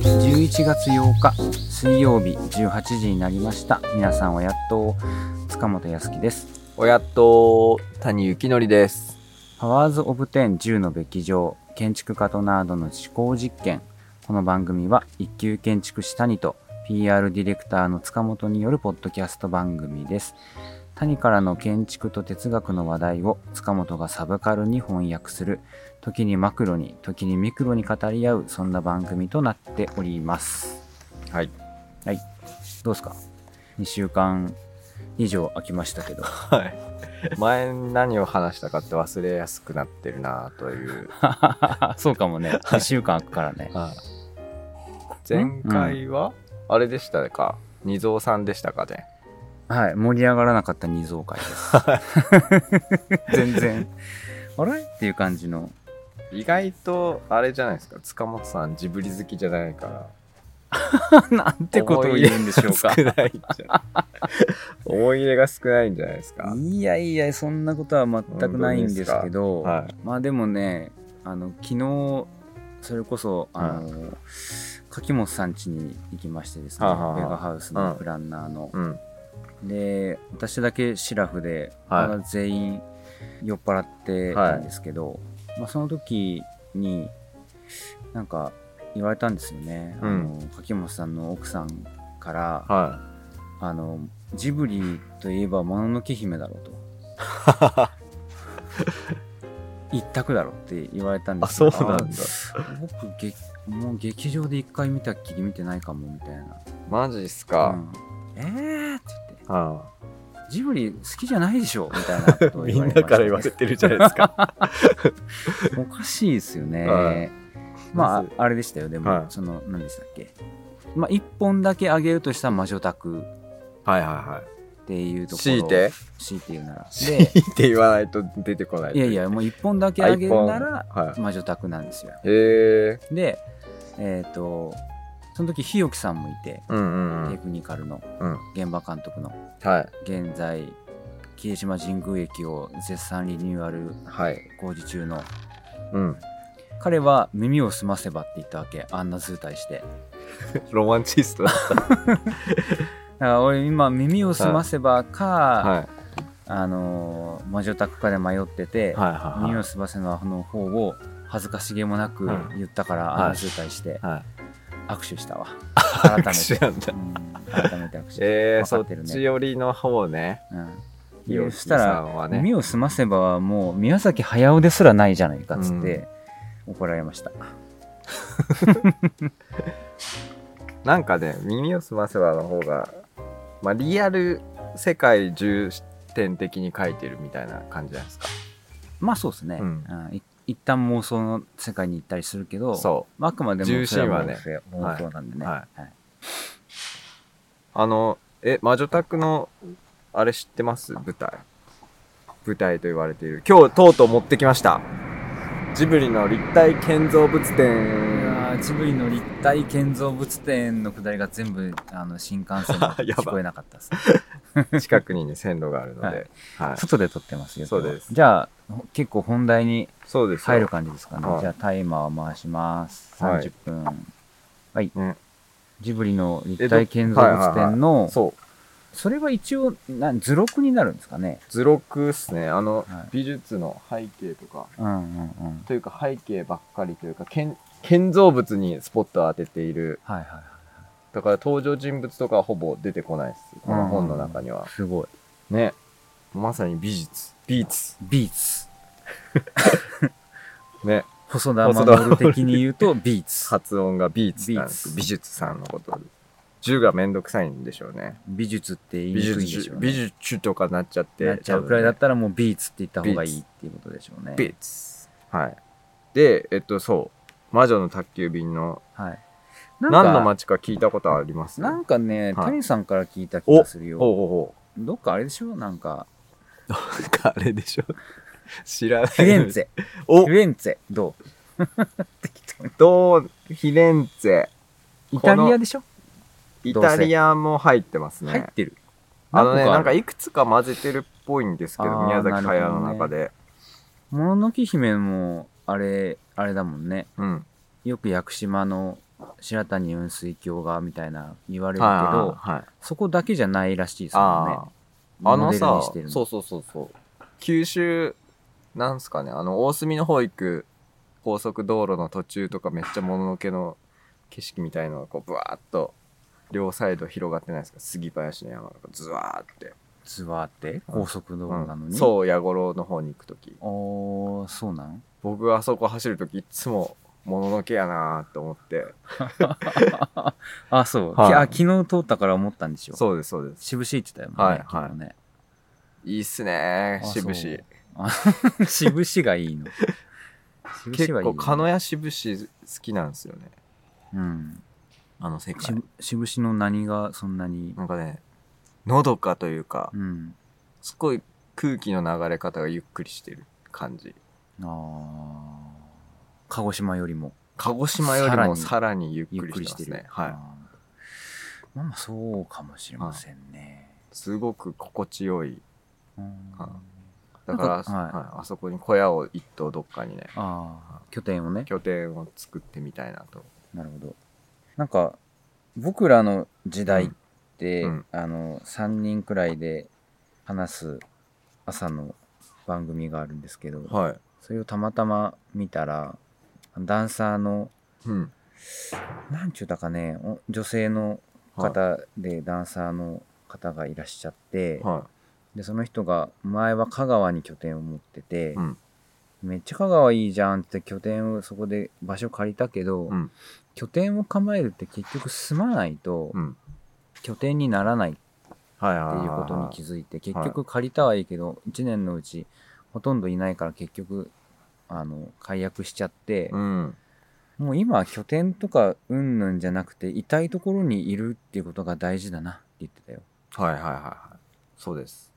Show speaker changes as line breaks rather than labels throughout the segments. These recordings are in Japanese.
11月8日水曜日18時になりました皆さんおやっと塚本康樹です
親と谷幸則です。
パワーズ・オブ・テン10のべき上建築家とナードの思考実験この番組は一級建築士谷と PR ディレクターの塚本によるポッドキャスト番組です谷からの建築と哲学の話題を塚本がサブカルに翻訳する時にマクロに時にミクロに語り合うそんな番組となっております
はい。
はいどうですか2週間以上空きましたけど
はい。前何を話したかって忘れやすくなってるなという。
そうかもね2週間空くからね
前回は、あれでしたか二蔵さんでしたかね。
はい、盛り上がらなかった二蔵会です。 全然。あれっていう感じの。
意外とあれじゃないですか塚本さんジブリ好きじゃないから。
なんてことを言うんでしょうか。
思い入れが少ないんじゃない思い入れが少ないんじゃないですか。
いやいや、そんなことは全くないんですけど、
本当です
まあでもね、あの、昨日、それこそ、あの、柿本さん家に行きましてですね、
はあはあはあ
ベガハウスのプランナーの。
うん。
で、私だけシラフで、
はい
まだ全員酔っ払ってたんですけど、まあ、その時になんか言われたんですよね、
うん
あの柿本さんの奥さんから、
は
あのジブリといえば「もののけ姫だろ」と 「一択だろ」って言われたん
い。
で
あ、
すけ
そう
ど
なんだ。
あ僕劇もう劇場で一回見たっきり見てないかもみたいな
マジっ
「
すか。
うん、えー!」って言って。
は
ジブリ好きじゃないでしょみたいなことを
い
言
み
わ
ん
れましたね
なから言われてるじゃないですか。
おかしいですよね、
はい
まああれでしたよでも、
はい
その何でしたっけまあ1本だけあげるとしたら魔女宅っ
はいはいはい。
ていうところ
強いて
強いて言うなら
強い
で
て言わないと出てこない
いやいやもう1本だけあげるなら
は
魔女宅なんですよ
いへえ
でえっ、とその時日置さんもいて
うんうんう
テ
ん
クニカルの
うん
現場監督の
はい
現在霧島神宮駅を絶賛リニューアル
はい
工事中の
うん
彼は耳を澄ませばって言ったわけあんな図体して
ロマンチストだ
だから俺今耳を澄ませばか、
はい
あのー魔女宅かで迷ってて、
はい
耳
は
を澄ませばの方を恥ずかしげもなく
うん
言ったから、
はい
あの図体して
いはい
握手した わ改め
握手
て、
なんだ
うん改めて握手した、
えー、
わか
そっ
ってるね
ち寄りの方ね
うん
ひよ
で
き
そし
さ
たら、
んはね
耳を澄ませばはもう宮崎駿ですらないじゃないかっつって、怒られました
なんかね耳をすませばの方がまあリアル世界重点的に書いてるみたいな感じじゃないですか
まあそうですね、
うん
うんい一旦妄想の世界に行ったりするけど
そ
まあ、あくまでも
重心はね
それも妄想妄想なんでね、
はいあのえ魔女宅のあれ知ってます舞台舞台と言われている今日とうとう持ってきましたジブリの立体建造物
い
展
やージブリの立体建造物展の下りが全部あの新幹線で
やば
聞こえなかったです。
近 くにね線路があるので、
は
はいい
外で撮ってますよ。
そうです
じゃあほ結構本題に
そうですよ
入る感じですかね
は。い
じゃあタイマーを回します。
はい
30分。はい。
ね
ジブリの立体建造物展の、
そう
それは一応なん図録になるんですかね。
図録っすねあの、
はい
美術の背景とか
うんうんうん。
というか背景ばっかりというか建建造物にスポットを当てている
はいはいは。、
だから登場人物とかはほぼ出てこないですこの本の中にはい
すごい。
ねまさに美術ビーツ
ビーツ。
ね
細田
細田
守的に言うとビーツ。
発音がビーツなん
ビー
で
ツ
す美術さんのことです銃がめんどくさいんでしょうね
美術って言いに
美
くいんで
術
しょうね。
美術とかなっちゃって
なっちゃうくらいだったらもうビーツって言った方がいいっていうことでしょうね。
ビーツ。はい。で、えっと、そう。魔女の宅急便の
はい。
何の
街
街か聞いたことあります
なんかね、
はい
谷さんから聞いた気がするよ。
ほうほうほ
どっかあれでしょなんか、
う。なんかあれでし ょ知らない。
フィレンツェ。フ
お
ィレンツェ、どう適当に
どうフィレンツェ。
イタリアでしょ
イタリアも入ってます
入
ね
っ。てる。
あのね、
何個
なんかいくつか混ぜてるっぽいんですけ
あ
ど、
ー
宮崎
なる
駿
ほど
の
ね
中で。
もののけ姫も、あれ、あれだもんね。
うん。
よく屋久島の白谷雲水峡がみたいな言われるけど、
はいはい
そこだけじゃないらしいですもんね
あああの
モデル
さ
にしてる
そうそうそうそう九州なんすかねあの大隅の方行く高速道路の途中とかめっちゃもののけの景色みたいのがこうブワーっと両サイド広がってないですか杉林の山がズワーって、
ツアーって高速道路なのに、
うんそう矢五郎の方に行く時
おーそうなん
僕あそこ走る時いつももののけやなーと思って
あそう、
はい
きあ昨日通ったから思ったんでしょ
そうですそうです
渋々言ってたよね、
はい
昨日ね
いいっすね
あ
ー渋々
あ渋々がいいの渋
結
々はいい
構
よ
鹿屋渋々好きなんですよね
うん
あの世界
渋渋々の何がそんなに
なんかねのどかというか、
うん
すごい空気の流れ方がゆっくりしてる感じ
あー鹿児島よりも
鹿児島よりもさらにゆっ
ゆっ
く
く
り
りし
して
て
ます
る、
ねはい
あーまあまあそうかもしれませんね、
すごく心地よい
うん
はいだから、
なんかはい
はいあそこに小屋を一棟どっかにね
ああ拠点をね
拠点を作ってみたいなと
なるほどなんか僕らの時代って、
うんうん
あの3人くらいで話す朝の番組があるんですけど、
は
それをたまたま見たらダンサーの
い、うん
なんちゅうたかねお女性の
はい
方でダンサーの方がいらっしゃって、
は
でその人が前は香川に拠点を持ってて、
うん
めっちゃ香川いいじゃんって拠点をそこで場所借りたけど、
うん
拠点を構えるって結局住まないと、
い、うん
拠点にならないって
はいはい
いうことに気づいて結局借りたはいいけど1年のうちほとんどいないから結局あの解約しちゃって、
うん
もう今は拠点とかうんぬんじゃなくていたいところにいるっていうことが大事だなって言ってたよ
はいはいはいはいそうです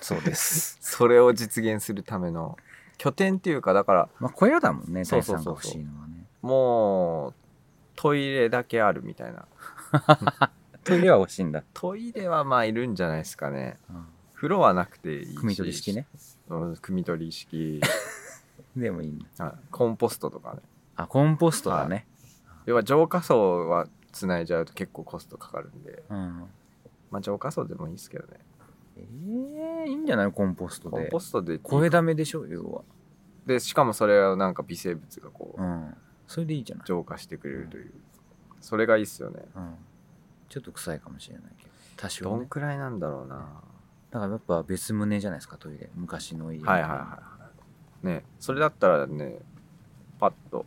そうです、
それを実現するための拠点っていうかだから
まあ、小屋だもんね
そう
大
そう
さ
そ
ん
う
が
そう
欲しいのはね
もうトイレだけあるみたいな
トイレは欲しいんだ、
トイレはまあいるんじゃないですかね
うん、
風呂はなくていいし
汲み取り式ね
うん汲み取り式
でもいいんだ
はいコンポストとかね
あコンポストだね、
要は浄化層はつないじゃうと結構コストかかるんで
うん
まあ浄化層でもいいですけどね
えー、いいんじゃないコンポスト
コン
で
ポストでいい
声だめでしょ要は
でしかもそれをなんか微生物がこう
うんそれでいいじゃない
浄化してくれるというそれがいいっすよね
うんちょっと臭いかもしれないけど多
ど
少、
ん
ね、
くらいなんだろうな
だからやっぱ別棟じゃないですかトイレ昔の家
はいはいはいねそれだったらねパッと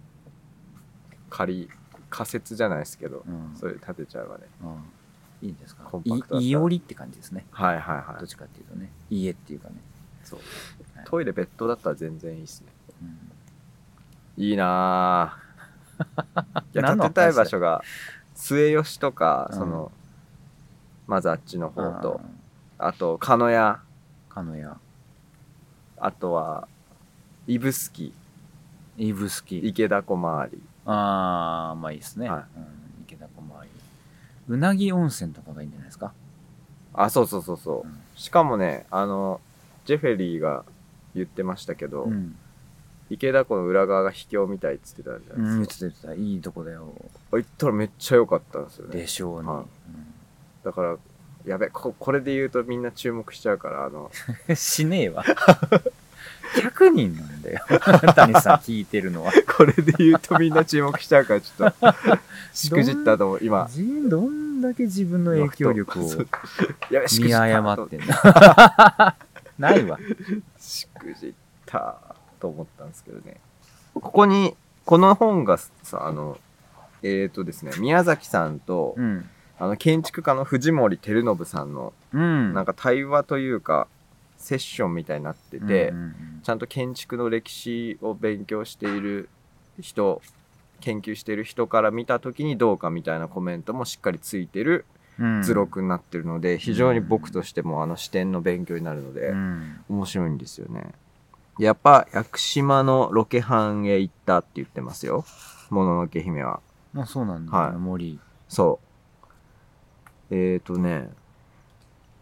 仮仮説じゃないですけど
い、うん
それ立てちゃえばね
うん、いいんですか
コンパクトだったら
いいおりって感じですね
はいはいは
どっ
い
ちかっていうとね家っていうかね、
そう
はい
トイレ別途だったら全然いいっすね
うん
いいなぁいや
何の話
建てたい場所が末吉とか、
うん
そのまずあっちの方と
あー
あと鹿屋
鹿屋
あとは指宿
指宿
池田小回り
ああまあいいですね、
は
うん、池田小回りうなぎ温泉とかがいいんじゃないですか、
あそうそうそうそううんしかもねあのジェフェリーが言ってましたけど、
うん
池田湖の裏側が秘境みたいっつってたんじゃ
う
ない
ん、言
で
っ
す
てた言ってたいいとこだよ
か、行ったらめっちゃ良かったんですよね
でしょうに、
はいだからやべここれで言うとみんな注目しちゃうからあの
うん、しねえわ100人なん だよ谷さん聞いてるのは
これで言うとみんな注目しちゃうからちょっと しくじったと思う今
自分どんだけ自分の影響力を
そうやべしく
見
じった
誤
と
ってんだ ないわ
しくじったと思ったんですけどねここにこの本がさあのえー、とですね宮崎さんと、
うん
あの建築家の藤森照信さんの
うん
なんか対話というかセッションみたいになってて、
うんうん
ちゃんと建築の歴史を勉強している人研究している人から見た時にどうかみたいなコメントもしっかりついてる
うん
図録になってるので、非常に僕としてもあの視点の勉強になるので、
うん
面白いんですよねやっぱ屋久島のロケハンへ行ったって言ってますよもののけ姫は
まあそうなんだ、
はい
森
そうえー、とね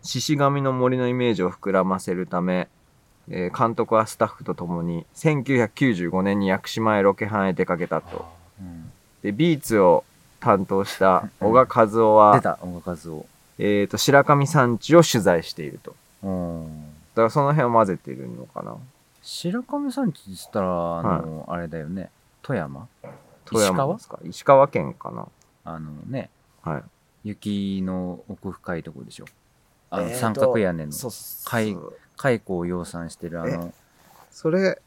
獅子神の森のイメージを膨らませるため、えー監督はスタッフと共に1995年に屋久島へロケハンへ出かけたと
うん
でビーツを担当した小賀和夫は
出、た、音楽活動。
えー、と白神山地を取材していると
うん。
だからその辺を混ぜてるのかな
白神山地って言ったら、あの、あれだよね。富山
富山ですか石川県かな
あのね、
はい
雪の奥深いとこでしょ。あの、
えーと
三角屋根の、
う
はい蚕を養蚕してるあの、
それ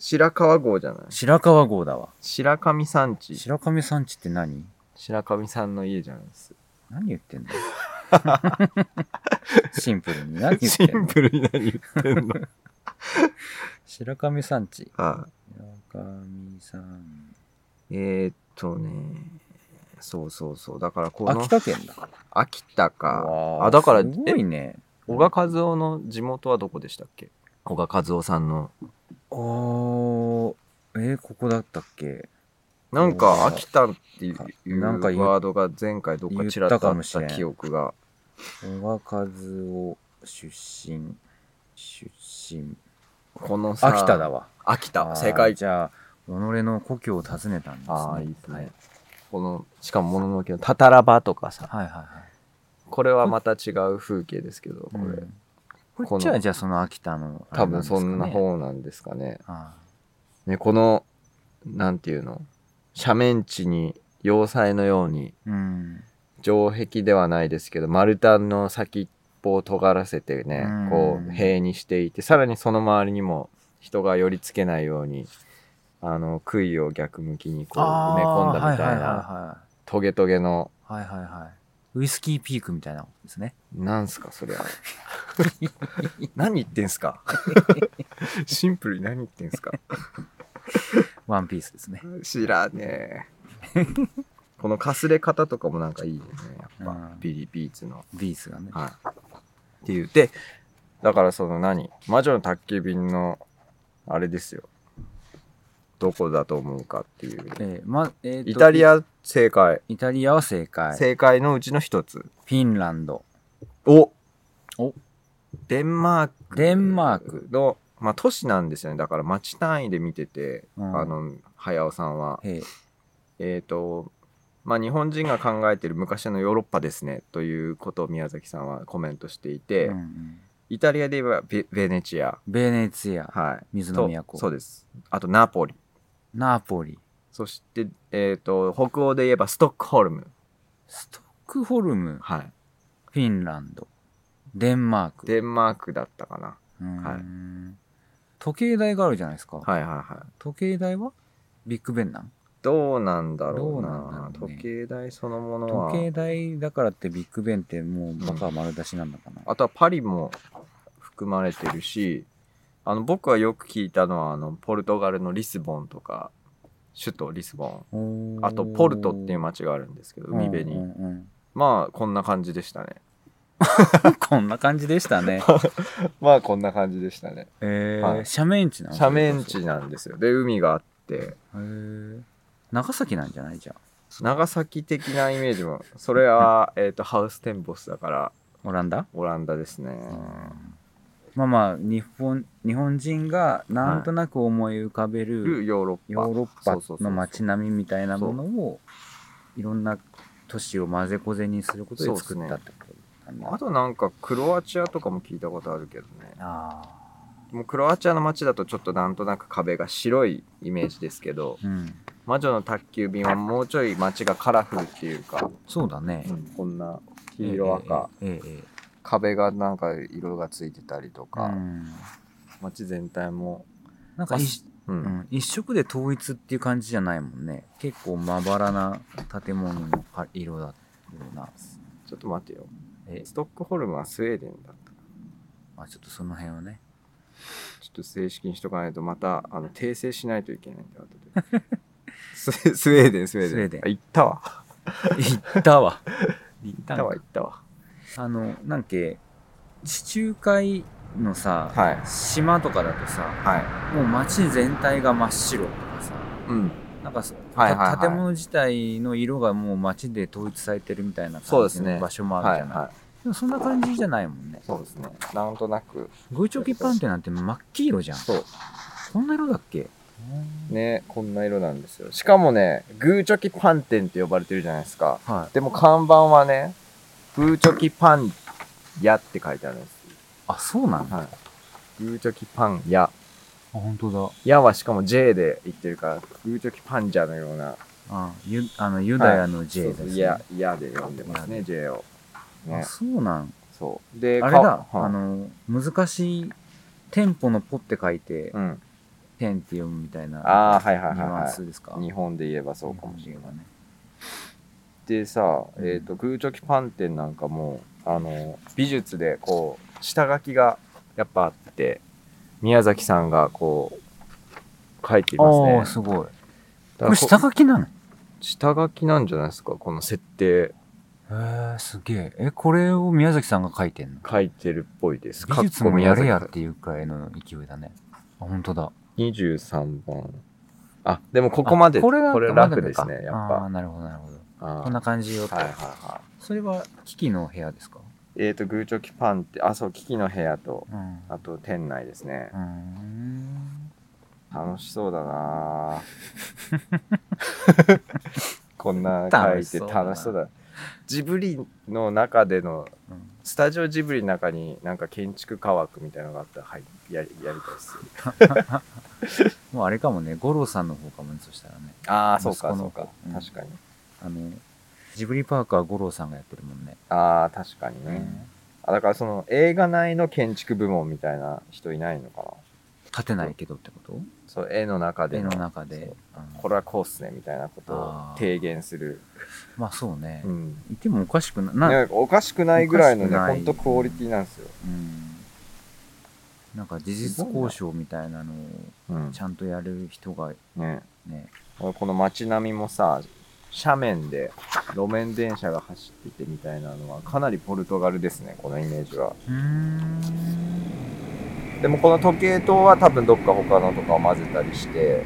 白川郷じゃない
白川郷だわ。
白神山地
白神山地って何
白神さんの家じゃないです
何言 ってんのシンプルに何言っ
シ
てん
ン
の
プルに何言って んの
白神山地。
はい
白神山
えー、っとねそうそうそうだからこの
秋田県だ。
秋田か
わ
あだから
すごいね。
小賀和夫の地元はどこでしたっけ小賀和夫さんの
おー、えーここだったっけ
なんか秋田っていう
なんか言う
ワードが前回どっかちらっとあった記憶が
小賀和夫出身、出身。
このさ
秋田だわ。
秋
あー
田正解
じゃあ、己の故郷を訪ねたんですね。
ああいいです
は
ねこのしかももののけのたたらばとかさ
はいはいはい。
これはまた違う風景ですけどこ
う
れ
ん
こ
こっち
の
はじゃあその秋田のあれ
多
な
分
ですか
そ
ね
んな方なんですかね
あ
ねこのなんていうの斜面地に要塞のように
ーうん
城壁ではないですけど丸太の先っぽを尖らせてね
うん
こう塀にしていてさらにその周りにも人が寄りつけないようにあの杭を逆向きにこう埋め込んだみたいな
あ
トゲトゲの
ーはいはいはいはいはいはいはいウイスキーピークみたいなことですね
なんすかそり ゃ何言ってんすか シンプルに何言ってんすか
ワンピースですね
知らねえこのかすれ方とかもなんかいいよねやっ
う
ぱ
ん
ビリビーツの
ビースがね
はい。っていう。で、だからその何魔女の宅急便の、あれですよ。どこだと思うかっていう。
えーまえーと
イタリ
イ
ア正解。
イタリアは正解フ
正解のうちの一つ。
ィンランド
お
お
デンマーク。
デンマーク
の、まあ都市なんですよね。だから町単位で見てて、
うん
あの、早尾さんは。
へえ
えっ、と、まあ日本人が考えてる昔のヨーロッパですねということを宮崎さんはコメントしていて、
うんうん
イタリアで言えばベベネチア、
ベネツィア
はい、
水の
と
都
そうですあとナポリ
ナポリ
そして、えー、と北欧で言えばストックホルム、
ストックホルム
はい、
フィンランドデンマーク
デンマークだったかな
うーん
は
時計台があるじゃないですか、
はいはいはい
時計台はビッグベンなん
どうなんだろうな
どうなんだろうね
時計台そのものは
時計台だからってビッグベンってもうバカ丸出しなんだかな、
あとはパリも含まれてるしあの僕はよく聞いたのはあのポルトガルのリスボンとか首都リスボン
おー
あとポルトっていう町があるんですけど海辺に、
うんうん
まあこんな感じでしたね
うん こんな感じでした ね
まあこんな感じでしたね
えー
はい
斜面地なの
斜面地なんですよで海があって
へー長崎なんじゃないじゃあ
長崎的なイメージもそれ は、えー、とハウステンボスだから
オランダ
オランダですね
まあまあ日本日本人がなんとなく思い浮かべる
ヨーロッパ
ヨーロ
そうそ
ッパ
うそう
の街並みみたいなものをいろんな都市を混ぜこぜにすることで作ったってことなんだ、
あとなんかクロアチアとかも聞いたことあるけどね
あ
もうクロアチアの街だとちょっとなんとなく壁が白いイメージですけど
ーうん
魔女の宅急便はもうちょい街がカラフルっていうか、
そうだね、
うんこんな黄色赤、
ええええええええ
壁がなんか色がついてたりとか、
うん
街全体も、
なんかいし、
う
うんん、一色で統一っていう感じじゃないもんね結構まばらな建物の色だような
ちょっと待てよ
え
ストックホルムはスウェーデンだった
まあちょっとその辺を ね
ちょっと正式にしとかないとまたあの訂正しないといけないんだ 後でススウェーデンスウェーデン
スウェーデン
あ行ったわ
行ったわ行っ
行ったわ行ったわ
あのなんけ地中海のさ、
はい
島とかだとさ
は
もう街全体が真っ白とかさ
いうん
なんかそう、
はいはいはい
た建物自体の色がもう街で統一されてるみたいな
そ
感
うで
じ
すね
の場所もある
は
じ
い
ゃない
は
でもそんな感じじゃないもんね
いそうですねなんとなく
ゴイチョキパンってなんて真っ黄色じゃん
そう
こんな色だっけ
ね、こんな色なんですよ。しかもね、グーチョキパン店って呼ばれてるじゃないですか。
はい。
でも看板はね、グーチョキパン屋って書いてあるんです。
あ、そうなんだ。あ、
はい。グーチョキパン屋。
本当だ。
屋はしかも J で言ってるから、グーチョキパンジャのような、
あゆあのユダヤの J
そう
です
そう
ね。
屋、屋で呼んでますね、J を。
あ
ね、
そうなん。
そう。で、
あれ
か
だ、
はい
あの、難しい、店舗のポって書いて、
うん。
ペンって読むみたいな、
ああ、はいはい
ニュ
は
アン
い、は
スですか
い。日本で言えばそうかもしれない。
ない。
でさ、
うん
えー、とグーチョキパン店なんかもあの美術でこう下書きがやっぱあって宮崎さんがこう書いてい
あ
ます
あー、
ね
すごい。こ
だから
れ下書きなの
下書きなんじゃないですかこの設定
へえ、すげえ。え、これを宮崎さんが書いてんの
書いてるっぽいです
美術もやれや
か
っ
っこ
ていうくらいの勢いだね。あ、本当だ。
宮崎23番あでもここまで
あ
これ
が
ラフですねやっ
ああー、
ぱ
なるほど、なるほど。
あー
こんな感じよ。
はいはいは
それは、キキの部屋ですか
いえっ、とグーチョキパンってあそうキキの部屋と
うん。
あと店内ですね
うーん。
楽しそうだな ぁこんな書
楽
い
してそうだな
楽しそうだジブリの中での
うん
スタジオジブリの中になんか建築科学みたいなのがあったら、はい、やりやりたいです
もうあれかもね、五郎さんの方かもね、そしたらね。
ああ
そ
そ
か
ううか
そ
そうう
か
か、
うん
確かに
あの、ジブリパークは五郎さんがやってるもんね。
ああ確かにね、あだからその映画内の建築部門みたいな人いないのかな
立てないけどってこと
そう絵の中で
絵
の
の中で
そ
う
う。
ん
これはこうっすねみたいなことを提言する、
まあそうね
う。ん、
いてもおかしくないな、
やおかしくないぐらいの
お
ね
かしくな
ほ
い
んとクオリティなんですよ、
うん。なんか事実交渉みたいなのを
うん
ちゃんとやる人が
ね
ね、
俺この街並みもさ斜面で路面電車が走っててみたいなのはかなりポルトガルですねこのイメージは
うん。
でもこの時計塔は多分どっか他のとかを混ぜたりして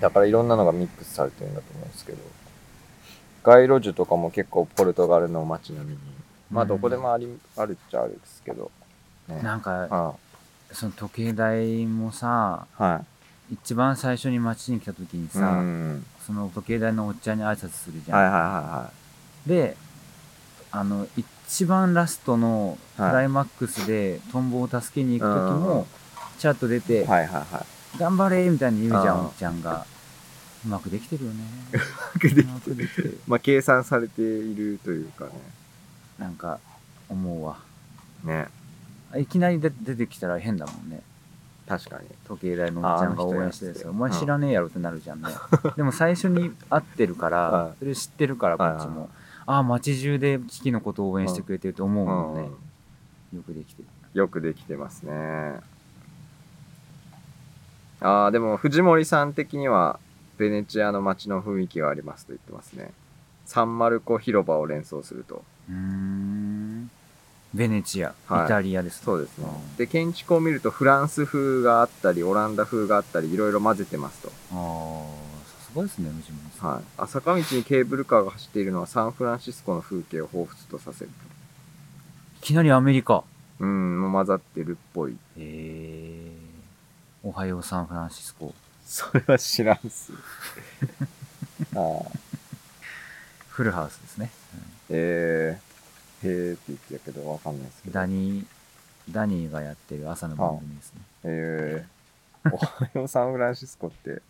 だからいろんなのがミックスされてるんだと思うんですけど街路樹とかも結構ポルトガルの街並みにまあどこでもあり、あるっちゃあるんですけどね
なんか、
あ
その時計台もさ、
あはい
一番最初に街に来た時に
う
さ、
ん
その時計台のおっちゃんに挨拶するじ
はい
ゃ
は
ん。
いは
で、あの、一番ラストのク
はい
ライマックスでトンボを助けに行く時
うん
も、チャット出
い
て、
はいはいはいはい
頑張れみたいに言うじゃ
うん
ん、
うん
おっちゃんが。うまくできてるよ ね。
まくで
う
き
まくできてる。
まあ計算されているというかね
なんか、思うわ。
ね
いきなりで出てきたら変だもんね。
確かに
時計台のおっちゃんが応援してるんですよ。
あ
お
あの
前
人やつって
知らねえやろってなるじゃんね。でも最初に会ってるから
は、
それ知ってるから、こっち
はいはい
も。ああ、街中でキキのことを応援してくれてると思うもんね。よくできてる。
よくできてますねああでも藤森さん的にはベネチアの街の雰囲気がありますと言ってますねサンマルコ広場を連想すると
うーん。ベネチア、
はい
イタリアですね。
そうですね
うん
で建築を見るとフランス風があったりオランダ風があったりいろいろ混ぜてますと、
ああ、さすがですね、藤本さん。
はい、あ坂道にケーブルカーが走っているのはサンフランシスコの風景を彷彿とさせる
いきなりアメリカ。
とうんもう混ざってるっぽい
へえ。おはようサンフランシスコ。
それは知らんっ すああ
フルハウスですね。
えー、へーって言ってたけど、わかんないですけど。
ダニー、ダニーがやってる朝の番組ですね。
えー、 オハイオサンフランシスコって、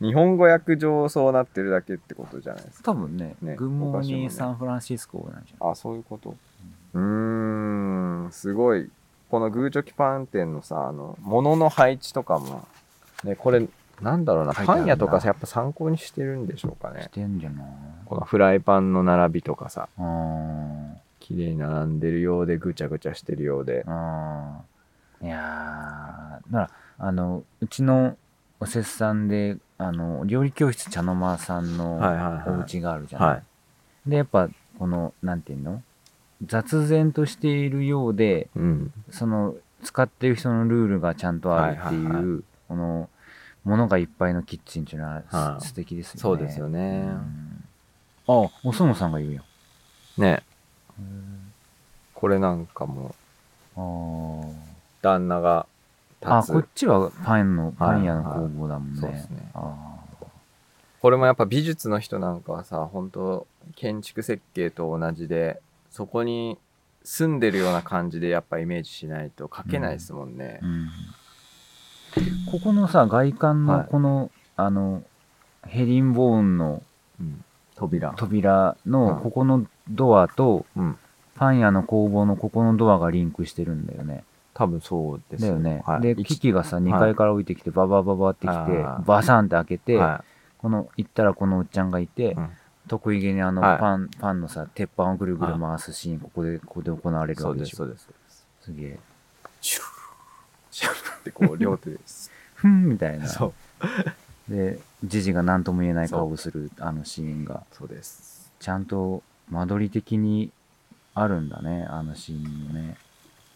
日本語訳上そうなってるだけってことじゃないですか。
多分ね、
ね
群馬
昔の
に
ね
サンフランシスコなんじゃない
あ、そういうことうーん、すごい。このグーチョキパン店のさ、あの、物の配置とかも、ね、これ、なんだろうな、
書いてあ
パ
るん
ン
だ
屋とかさ、やっぱ参考にしてるんでしょうか
し
ね。
てんじゃない
このフライパンの並びとかさ、
あー
綺麗に並んでるようで、ぐちゃぐちゃしてるようで。
あーいやー、なら、あの、うちのおせっさんで、あの、料理教室茶の間さん
はい
の
はい
お
はい。
家があるじゃない、
はい。
で、やっぱ、この、なんていうの雑然としているようで、
うん。
その、使ってる人のルールがちゃんとあるっていう、
はいはいは
この、ものがいっぱいのキッチンっていうのはす、
はい
素敵ですよね。
そうですよね
うんあ、おそもさんが言うよ。
ね。これなんかも
あー
旦那が
あ、
立
こ
つ
っちはパンの、パン屋の
はいは
工
い
房だもんね。
そうですね
あー
これもやっぱ美術の人なんかはさ本当建築設計と同じでそこに住んでるような感じでやっぱイメージしないと描けないですもんね
う、んここのさ、外観
は
の
い
この、あの、ヘリンボーンの
うん扉
扉の
はい
ここのドアと、
うん
パン屋の工房のここのドアがリンクしてるんだよね。
多分そうです
だよね。
はい、
で、
一
キキがさ、2階から降りてきて、ババババってき
あ
て
ー、
バサンって開けて、
は
この、行ったらこのおっちゃんがいて、
うん
得意げにあの、
はい
パン、パンのさ、鉄板をぐるぐる回すシーン、ここで、ここで行われ
い、
る
そ
わ
う
け
で
ですしょ。
そうです
すげえ。
シューシューってこう 両手です
ふんみたいな。
そう
で、ジジが何とも言えない顔をするあのシーンが、
そうです
ちゃんと間取り的にあるんだね、あのシーンもね。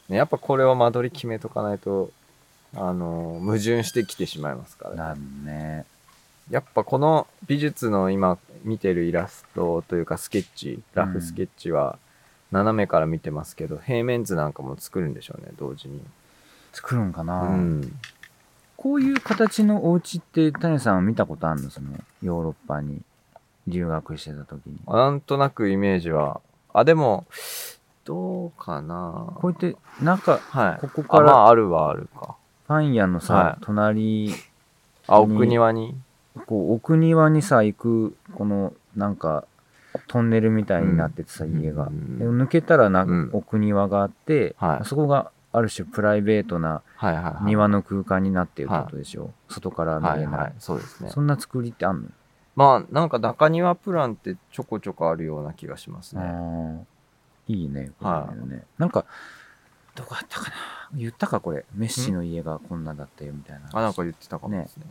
ねやっぱこれは間取り決めとかないとあの矛盾してきてしまいますからね
だもんね。
やっぱこの美術の今見てるイラストというかスケッチラフスケッチは斜めから見てますけど、平面図なんかも作るんでしょうね同時に
作るんかな、
うん
こういう形のお家って、谷さんは見たことあるのその、ヨーロッパに留学してた時に。
なんとなくイメージはあでもどうかな
こうやって、中、
はい
ここか
あま
ら
ああるはあるか
パン屋のさ、
はい
隣、
あ
に
奥庭に
こう、奥庭にさ、行く、この、なんか、トンネルみたいになっててさ、家が
う。ん
で抜けたらな、
うん
奥庭があって、
はい
そこがある種プライベートな
はいはいはい
庭の空間になっているってことでしょ、外から見えな、
はいいはいそうですね
そんな作りってあんの、
まあなんか中庭プランってちょこちょこあるような気がしますね
あーいいねこれね、なんかどこあったかな言ったかこれメッシの家がこんなだったよみたいな
あなんか言ってたかもですね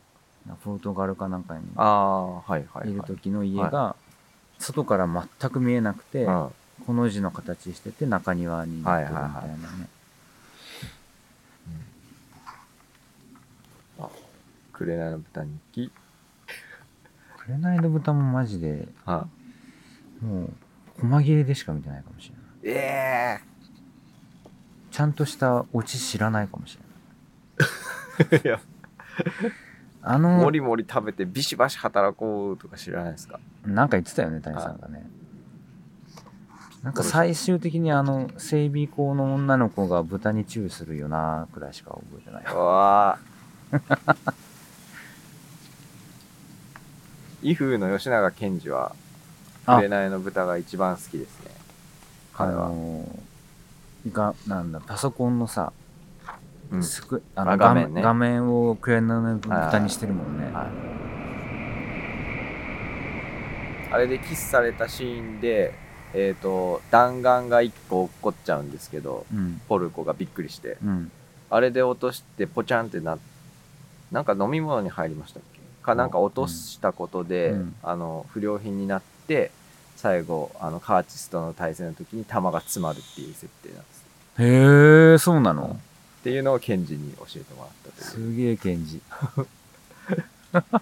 ポルトガルかなんかに
ああはいはい
いる
はい
時の家が外から全く見えなくて、
うん
この字の形してて中庭になってるみたいなね、
はいは紅の豚日記
紅の豚もマジで
は
もう細切れでしか見てないかもしれない
いええ
ちゃんとしたオチ知らないかもしれない
いや
あ
も
の
りもり食べてビシバシ働こうとか知らないですか
なんか言ってたよね谷さんがねなんか最終的にあの整備工の女の子が豚にチューするよなくらいしか覚えてないう
わあ威風の吉永賢治は
あ
紅の豚が一番好きですね
あ
彼は、
のがなんだパソコンのさ、
うん
すくあ
あ
の画
画
面
面ね
画面をクレナの豚にしてるもんね、
あれでキスされたシーンでえっ、と弾丸が1個落っこっちゃうんですけど
うん
ポルコがびっくりして
うん
あれで落としてポチャンってななんか飲み物に入りましたっけかなんか落としたことで、
うん
あの不良品になって最後あのカーチスとの対戦の時に弾が詰まるっていう設定なんです
へえそうなの
っていうのをケンジに教えてもらったという
すげえ検事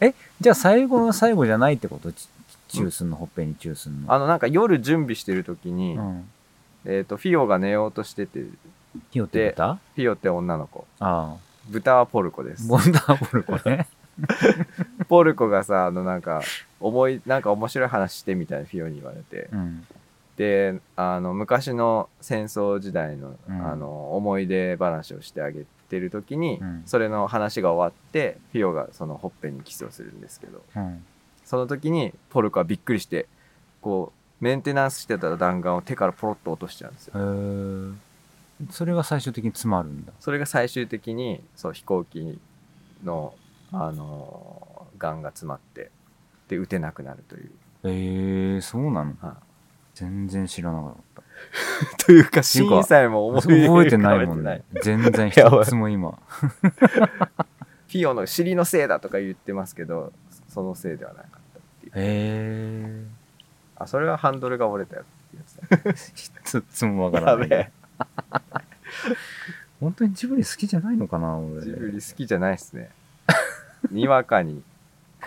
えじゃあ最後の最後じゃないってことチチューすんのほっぺにチューすんの
あのなんか夜準備してる時に、
うん
えー、とフィオが寝ようとしててフ
火をって言ったあ
ィオって女の子
あ
豚はポルコです
ボンダーボルコ ね
ポルコがさあのなんか思いなんか面白い話してみたいなフィオに言われて
うん
であの昔の戦争時代の,、
うん
あの思い出話をしてあげてる時に、
うん
それの話が終わってフィオがそのほっぺにキスをするんですけど
うん
その時にポルコはびっくりしてこうメンテナンスしてた弾丸を手からポロッと落としちゃうんですよ
へーそれが最終的に詰まるんだ
それが最終的にそう飛行機の、あのーガンが詰まってで撃てなくなるという、
へえそうなの
は
全然知らなかった
い というかシーンさえも 思い
そう覚えてないも
浮かべ
ん
て
ね全然
やば
一
い
つも今
フィオの尻のせいだとか言ってますけどそのせいではなかったってい
へ
う
え
あそれはハンドルが折れたやつってやつだ
一つもわから
や
な
べ
い
え
本当にジブリ好きじゃないのかな俺
ジブリ好きじゃないですね にわかに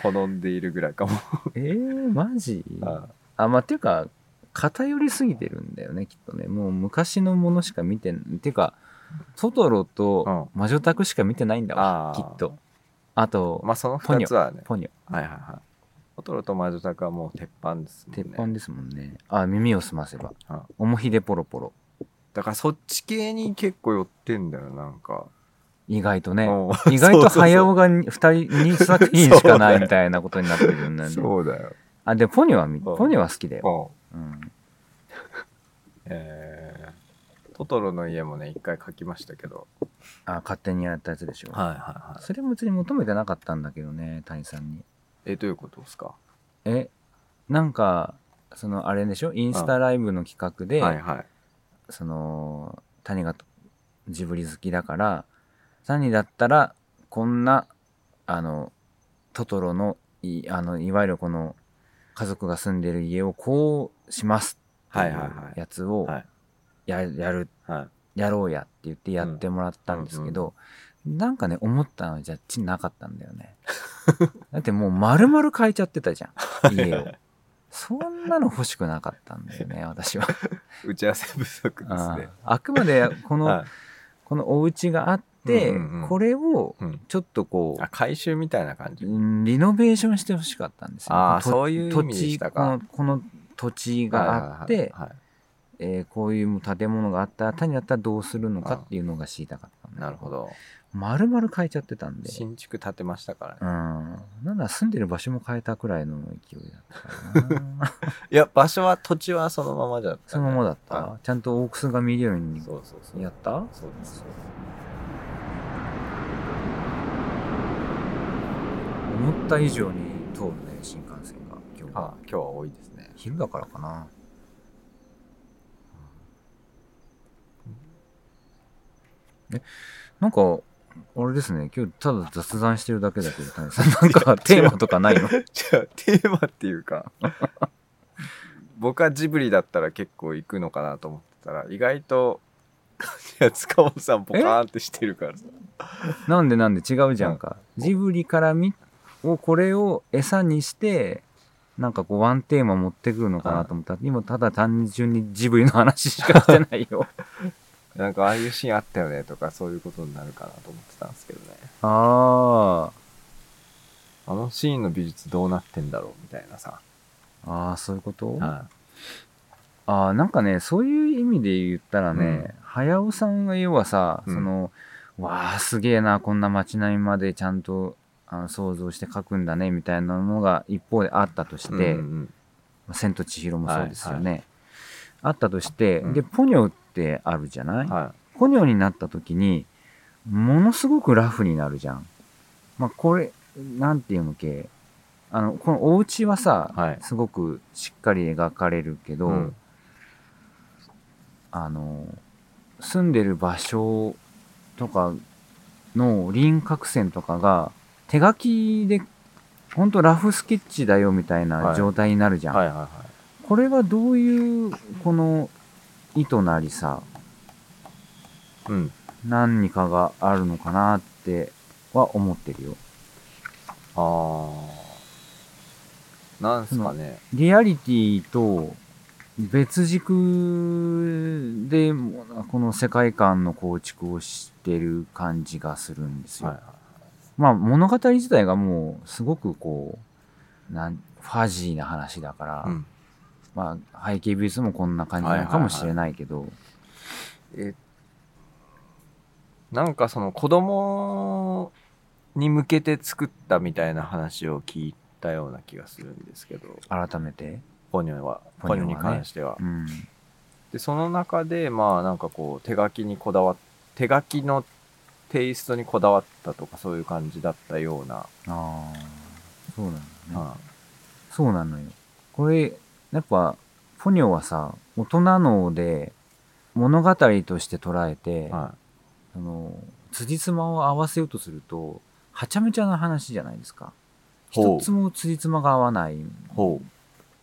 好んでいるぐらいかも
えー、マジ
あ
あまあっていうか偏りすぎてるんだよねきっとねもう昔のものしか見てんっていうか
あ
トトロ
う
と魔女宅しか見てないんだわ、
あ
き
ー
っとあと、
まあその
ポニョ
2つはね
ポニョ
はいはいはいトトロと魔女宅はもう鉄板ですもんね
鉄板ですもんねあ耳をすませば
うん
おもひでポロポロ
だからそっち系に結構寄ってんだよなんか
意外とね
う ん
意外と
そうそう
早尾が2人2作品しかないみたいなことになってるよね
そうだよ、
あでもポニョはみ
うん
ポニョは好きだよ、
うん
うん、
えートトロの家もね一回書きましたけど
あ勝手にやったやつでしょ、
はいはいは
それも別に求めてなかったんだけどね谷さんに
えどういうことですか
えなんかそのあれでしょインスタライブの企画で、
はいはい
その谷がジブリ好きだから谷だったらこんなあのトトロのいあのいわゆるこの家族が住んでる家をこうしますってい
はいはいは
う
い
やつを
はい
ややる
はい
やろうやって言ってやってもらったんですけど、なんかね思ったのはジャッジなかったんだよね だってもう丸々変えちゃってたじゃん家 をそんなの欲しくなかったんだよね私は
打ち合わせ不足です
あ
ね
あくまでこの、
はい
このお家があって、
うんうんうん
これを
うん、
ちょっとこ
あ回収みたいな感
う
じ
うんリノベーションしてほしかったんですよ
ああ
と
そういう意
土
味でし
地
た
こ
か
のこの土地があって、
はいはいはいは
えーこういう建物があったら谷だったらどうするのかっていうのが知りたかったんだけ
いなるほど
丸々変えちゃってたんで、
新築建てましたからね
うん、なんなら住んでる場所も変えたくらいの勢いだったから な
いや場所は土地はそのままじゃった
そのままだった、
は
ちゃんとオークスが見れるように
そうそうそう
やった
そうです
思った以上に通るね新幹線が今日
あ今日は多いですね
昼だからかなえなんかあれですね今日ただ雑談してるだけだけど谷さんなんかテーマとかないの
じゃあテーマっていう か僕はジブリだったら結構行くのかなと思ってたら意外といや塚本さんポカーンってしてるからさ
なんでなんで違うじゃんか、ジブリからみをこれを餌にしてなんかこうワンテーマ持ってくるのかなと思ったら今ただ単純にジブリの話しかしてないよ
なんかああいうシーンあったよねとかそういうことになるかなと思ってたんですけどね
あ
あのシーンの美術どうなってんだろうみたいなさ、
ーあーそういうこと、
は
ああなんかねそういう意味で言ったらね、
うん
早尾さんが要はさ、
うん
そのわあすげえなこんな街並みまでちゃんとあの想像して描くんだねみたいなのが一方であったとし
い、
て「
うんうん
まあ千と千尋」もそうですよね、
は
あったとして、
うん
でポニョってあるじゃない、
は
ポニョになった時にものすごくラフになるじゃん。まあこれなんていうのけあのこのお家はさ、
はい
すごくしっかり描かれるけ
い
ど、
ん
あの住んでる場所とかの輪郭線とかが手書きでほんとラフスケッチだよみたいな
はい
状態になるじゃん、
はいはいはい
これはどういうこの意図なりさ
うん
何かがあるのかなっては思ってるよ
ああなんすかね、
リアリティと別軸でもこの世界観の構築をしてる感じがするんですよ、
はいはい
まあ物語自体がもうすごくこうなんファジーな話だから、
うん
まあ背景美術もこんな感じなのかもしれないけど、
えなんかその子供に向けて作ったみたいな話を聞いたような気がするんですけど
改めて、
ポニョは
ポ
ポ
ニョ
ニ
は
ョ
ね
に関しては、
うん、
でその中でまあなんかこう手書きにこだわっ手書きのテイストにこだわったとかそういう感じだったような、
ああそうなんだね、
うん
そうなのよこれやっぱポニョはさ大人ので物語として捉えて、
は
その辻褄を合わせようとするとはちゃめちゃな話じゃないですか
ほう
一つも辻褄が合わない
い、ほ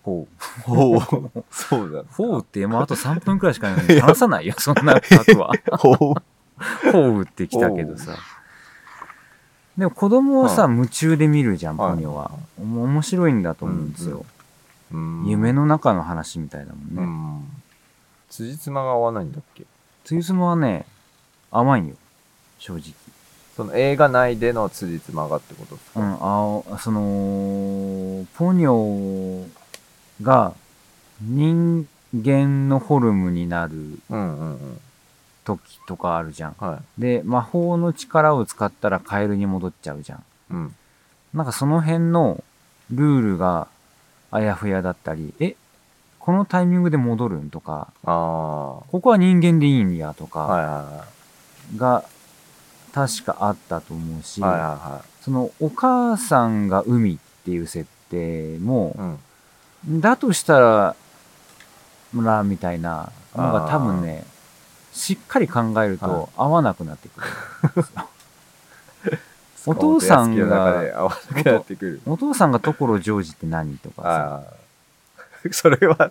ほう
うほう そうだ
フォーって、もうあと3分くらいしかない話さないよ、そんな額は。
ほう
フォーってきたけどさ。でも子供はさ、
は
夢中で見るじゃん、
はい
ポニョは。もう面白いんだと思うんですよ。
うん
夢の中の話みたいだもん
う
ね。
ん辻褄が合わないんだっけ
つゆつまはね、甘いんよ。正直。
その映画内での辻褄がってことです
う
か、
ん、あその、ポニョが人間のホルムになる
うん、うんうん
時とかあるじゃん。
は
で、魔法の力を使ったらカエルに戻っちゃうじゃん。
い。うん。
なんかその辺のルールがあやふやだったり、え、このタイミングで戻るんとか、
ああ。は
ここは人間でいいんやと
いは
か
い
が
は
確かあったと思うし、
い。はいは
そのお母さんが海っていう設定も
い、はい。うん。
だとしたら、村みたいなのが多分ね、しっかり考える
はい
と合わなくなってくる。お父さんが
お手つきの中で合わなくなってくる。
お父さんが所ジョージって何とかさ。
ああ。 それは、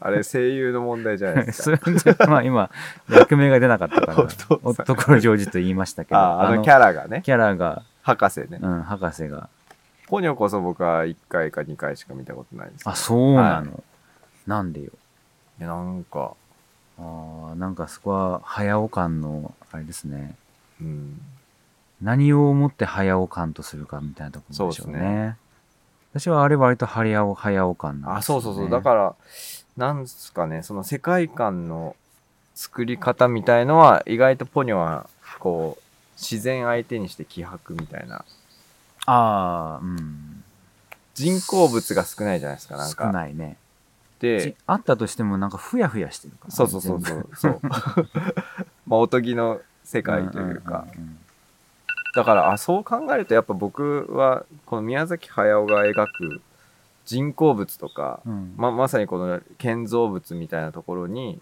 あれ、声優の問題じゃないです
そ
か。
れでまあ今、役名が出なか ったから
お父さん、
お所ジョージと言いましたけど、
ああ、あのキャラがね、
キャラが、
博士ね。
うん、博士が、
ポニョこそ僕は1回か2回しか見たことないですけど。
あ、そうなの。なんでよ。
いや、なんか、
ああ、なんかそこは、早尾感の、あれですね。
うん。
何をもって早尾感とするかみたいなところでしょうね。
そうです
私はあれ割と早尾早尾感なん
あ、
ですよ
そう
ね
そうそう。だから、なんですかね、その世界観の作り方みたいのは、意外とポニョは、こう、自然相手にして気迫みたいな。
ああ、うん。
人工物が少ないじゃないですか、なんか。
少ないね。
で
ち、あったとしてもなんかふやふやしてるから、
そうそうそうそ
全部
う。そう。 まあ、おとぎの世界というか。。
んんん
だから、あ、そう考えると、やっぱ僕は、この宮崎駿が描く人工物とか、
うんうん
ま、まさにこの建造物みたいなところに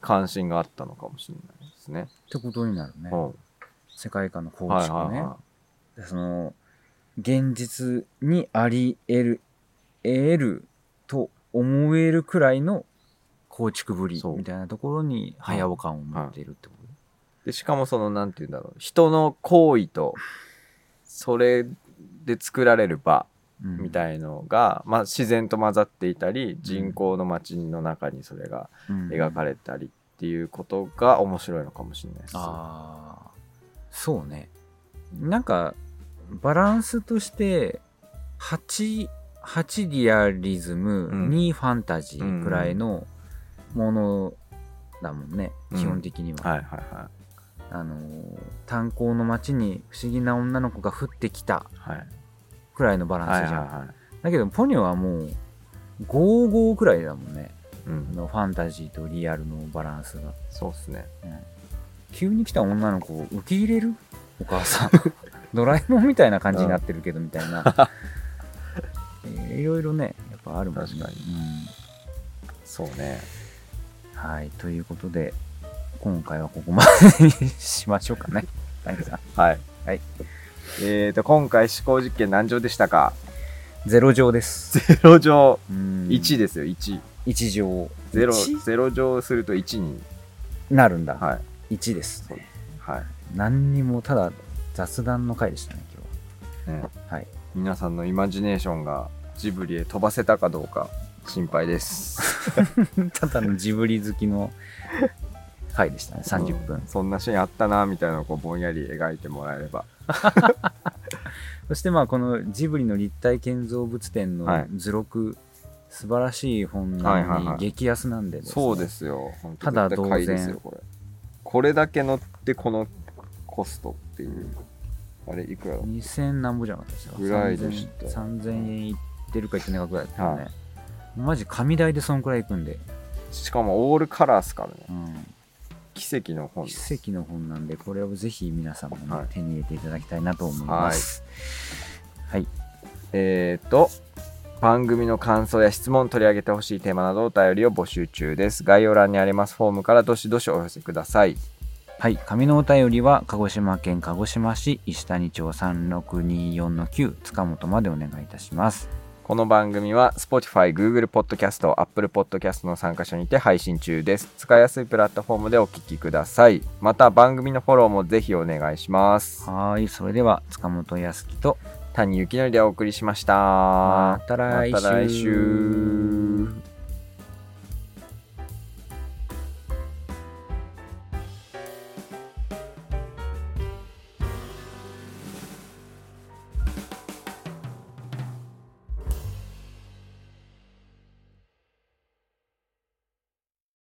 関心があったのかもしれないですね。
ってことになるね。
うん
世界観の構
はい
築
はい
ね。
は
でその、現実にあり得る、得ると思えるくらいの構築ぶり
そう
みたいなところに早尾感を持っているってこと
い。で、しかもその、なんて言うんだろう、人の行為と、それで作られる場み
い
たいのが、まあ、自然と混ざっていたり、人工の街の中にそれが
な
描かれたりっていうことが面白いのかもしれないです。
ああそうねなんかバランスとして8 8リアリズム
うん
2ファンタジーくらいのものだもんね、
うん
基本的には、
はいはいは
あのー炭鉱の町に不思議な女の子が降ってきた
い。はい。
くらいのバラン
はい
ス
はい
じゃん、
はい。
だけどポニョはもう55くらいだもんね
うん
あ。のファンタジーとリアルのバランスが
そうっすね。
急に来た女の子を受け入れるお母さん ドラえもんみたいな感じになってるけどみたい な、えーいろいろねやっぱあるもんね
確かに
う
そうね。
ん、はいということで今回はここまでにしましょうかね谷さん
はい。
はい。
えーと、今回思考実験何乗でした か
ゼロ乗 です
ゼロ乗1
1
ですよ、1。
1乗
ゼロ、
1
ゼロ乗すると1に。
なるんだ、
はい。
1ですね
はい。
何にもただ雑談の回でしたね今
ね
日ははい
皆さんのイマジネーションがジブリへ飛ばせたかどうか心配 です。
ただのジブリ好きの回でしたね30分、
うんそんなシーンあったな、みたいなのをこうぼんやり描いてもらえれば。
そしてまあこのジブリの立体建造物展
は
の
い
図録、素晴らしい本
は
ない
はい
の
は
に
い
激安なんでですね
そうですよ。本当
ただ
絶対買いですよ
同
これ。これだけ乗ってこのコストっていう。あれ、いくらだ
2000何ぼじゃなかったですか
ぐらいでしたよ
3000 3000円いってるかいってないかぐらいだったよね、マジ神台でそんくらいいくんで、
しかもオールカラーっすからね。
うん、
奇跡の本です。
奇跡の本なんでこれをぜひ皆さんもね、
はい
手に入れていただきたいなと思いますはい、
えーと、番組の感想や質問、取り上げてほしいテーマなどお便りを募集中です。概要欄にありますフォームからどしどしお寄せください。
はい、紙のお便りは鹿児島県鹿児島市石谷町36244-9塚本までお願いいたします
この番組は Spotify、Google Podcast、Apple Podcast の3カ所にて配信中です。使いやすいプラットフォームでお聞きください。また番組のフォローもぜひお願いします。
はーい、それでは塚本康樹と
谷幸則でお送りしました。
また来週
また来週